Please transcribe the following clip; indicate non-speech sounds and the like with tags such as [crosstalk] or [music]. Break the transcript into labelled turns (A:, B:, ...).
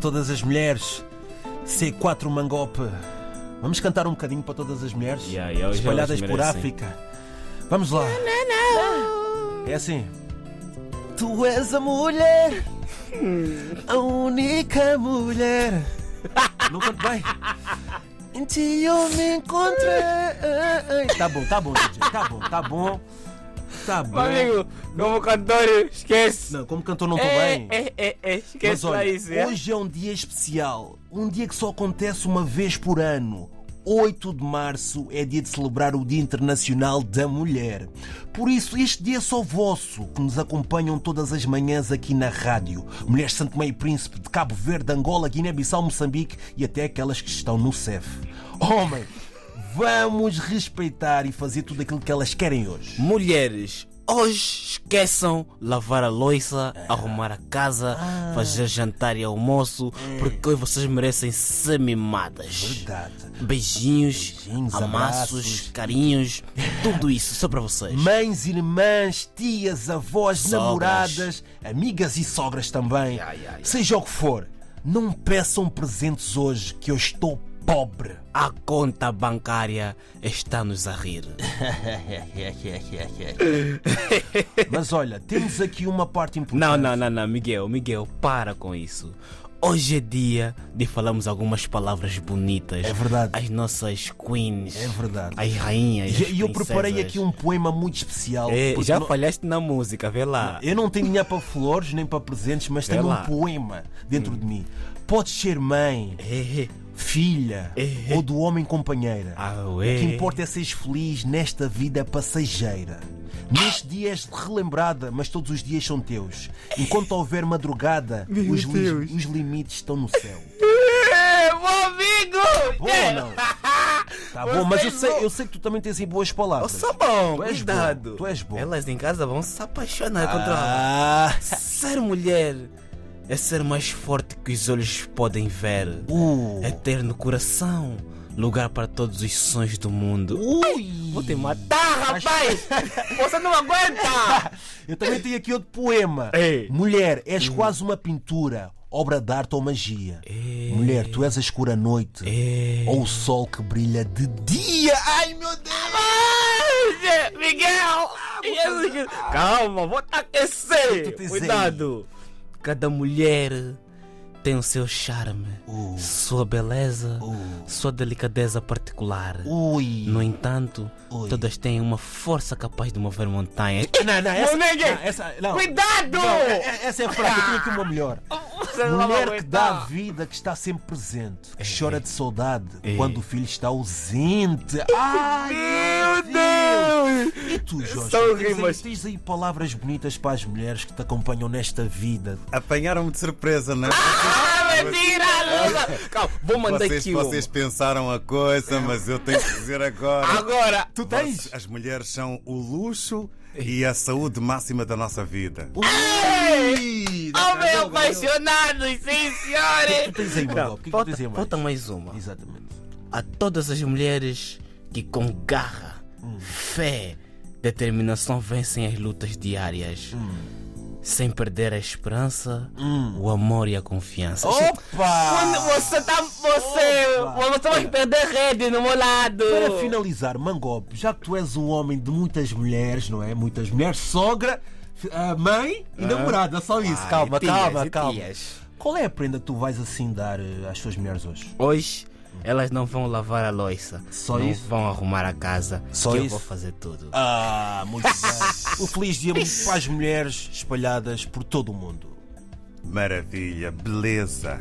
A: todas as mulheres. C4 Mangope. Vamos cantar um bocadinho para todas as mulheres
B: Yeah, yeah, hoje
A: espalhadas
B: elas
A: por
B: merecem.
A: África. Vamos lá. É assim. Tu és a mulher,
C: Hum.
A: a única mulher.
B: [laughs]
A: Não canto bem. Em ti eu me encontrei. Tá bom, tá bom, DJ. Tá bom, tá bom. Tá bom.
C: Amigo, como cantor, esquece.
A: Não, como cantor não estou
C: É,
A: bem.
C: é, é, é,
A: Mas
C: esquece lá
A: olha,
C: isso. é.
A: hoje é um dia especial, um dia que só acontece uma vez por ano. 8 de março é dia de celebrar o Dia Internacional da Mulher. Por isso, este dia é só vosso, que nos acompanham todas as manhãs aqui na rádio. Mulheres de Santo Meio Príncipe, de Cabo Verde, Angola, Guiné-Bissau, Moçambique e até aquelas que estão no CEF. Homem, vamos respeitar e fazer tudo aquilo que elas querem hoje.
C: Mulheres, hoje esqueçam lavar a louça, arrumar a casa, fazer jantar e almoço, porque hoje vocês merecem ser mimadas.
A: Verdade.
C: Beijinhos,
A: Beijinhos,
C: amassos,
A: abraços.
C: carinhos, tudo isso só para vocês.
A: Mães, irmãs, tias, avós,
C: Sogras.
A: namoradas, amigas e sogras também.
C: Ya, ya, ya.
A: Seja o que for, não peçam presentes hoje que eu estou
C: [laughs]
A: pobre.
C: A conta bancária está-nos a rir.
A: Mas olha, temos aqui uma parte
C: Não,
A: importante.
C: não, não, não, Miguel, Miguel, para com isso. Hoje é dia de falarmos algumas palavras bonitas.
A: É verdade.
C: As nossas queens.
A: É verdade.
C: As rainhas. as
A: E e eu preparei
C: princesas.
A: aqui um poema muito especial.
C: É,
A: porque
C: já
A: não-
C: falhaste na música, vê lá.
A: Eu não tenho dinheiro para flores nem para presentes, mas tenho
C: lá. Hum.
A: um poema dentro de mim. Podes ser mãe,
C: É,
A: filha ou do homem companheira.
C: Ah,
A: o
C: ué.
A: que importa é seres feliz nesta vida passageira. Neste dia és relembrada, mas todos os dias são teus. Enquanto houver madrugada, os, li- os limites estão no céu.
C: bom É, amigo!
A: Bom ou não? Tá bom, mas eu sei, eu sei que tu também tens aí boas
C: Eu
A: palavras.
C: sou bom,
A: Tu és
C: cuidado.
A: bom, tu és bom.
C: Elas em casa vão se apaixonar contra
A: Ah,
C: Ser mulher é ser mais forte que os olhos podem ver.
A: Uh.
C: É ter no coração lugar para todos os sonhos do mundo.
A: ui.
C: Vou te matar, rapaz! [laughs] Você não aguenta!
A: Eu também tenho aqui outro poema.
C: Ei.
A: Mulher, és quase uma pintura, obra de arte ou magia.
C: É.
A: Mulher, tu és a escura noite ou o sol que brilha de dia. Ai meu Deus!
C: [laughs] Miguel! Jesus, Calma, vou te aquecer!
A: Tu tens aí.
C: Cuidado! Cada mulher tem o seu charme, sua beleza, sua delicadeza particular.
A: Ui!
C: No entanto,
A: Ui.
C: todas têm uma força capaz de mover montanhas.
A: Não, não, essa,
C: Meu ninguém.
A: não, essa, não.
C: Cuidado!
A: Não, é- é- essa é fraca, eu tenho aqui uma melhor.
C: Você não É. vai
A: Mulher que dá a
C: aguentar.
A: vida, que está sempre presente, que chora de saudade
C: É.
A: quando o filho está ausente. Ai, meu Deus! E tu, Jorge?
C: São
A: tens aí-
C: rimas.
A: Tens aí palavras bonitas para as mulheres que te acompanham nesta vida.
D: Apanharam-me de surpresa, não é?
C: Ah, mentira!
A: [laughs]
C: Lula. Calma, vou mandar
D: Vocês,
C: aqui um. o.
D: vocês pensaram a coisa, mas eu tenho que dizer agora.
C: Agora!
A: Tu tens?
D: As mulheres são o luxo e a saúde máxima da nossa vida.
A: Ui!
C: Homem apaixonado, sim
A: [laughs]
C: senhores!
A: Tens aí, Mangob? O que é que tu tens aí
C: Falta, falta
A: mais?
C: mais uma.
A: Exatamente.
C: A todas as mulheres que com garra,
A: Hum.
C: fé, determinação vencem as lutas diárias.
A: Hum.
C: Sem perder a esperança, o amor e a confiança. Quando
A: Opa!
C: você tá. Você. Você vai perder rede no meu lado!
A: Para finalizar, Mangob, já que tu és um homem de muitas mulheres, não é? Muitas mulheres, sogra, fi- ah, mãe e namorada, só isso. calma,
C: tias,
A: calma,
C: e
A: calma.
C: tias.
A: Qual é a prenda que tu vais assim dar eh, às tuas mulheres hoje?
C: Hoje elas não vão lavar a louça.
A: Só
C: não
A: isso?
C: Vão arrumar a casa.
A: Só
C: que eu
A: isso?
C: vou fazer tudo.
A: Ah, [laughs] muito bem. O feliz dia para as mulheres espalhadas por todo o mundo.
D: Maravilha, beleza.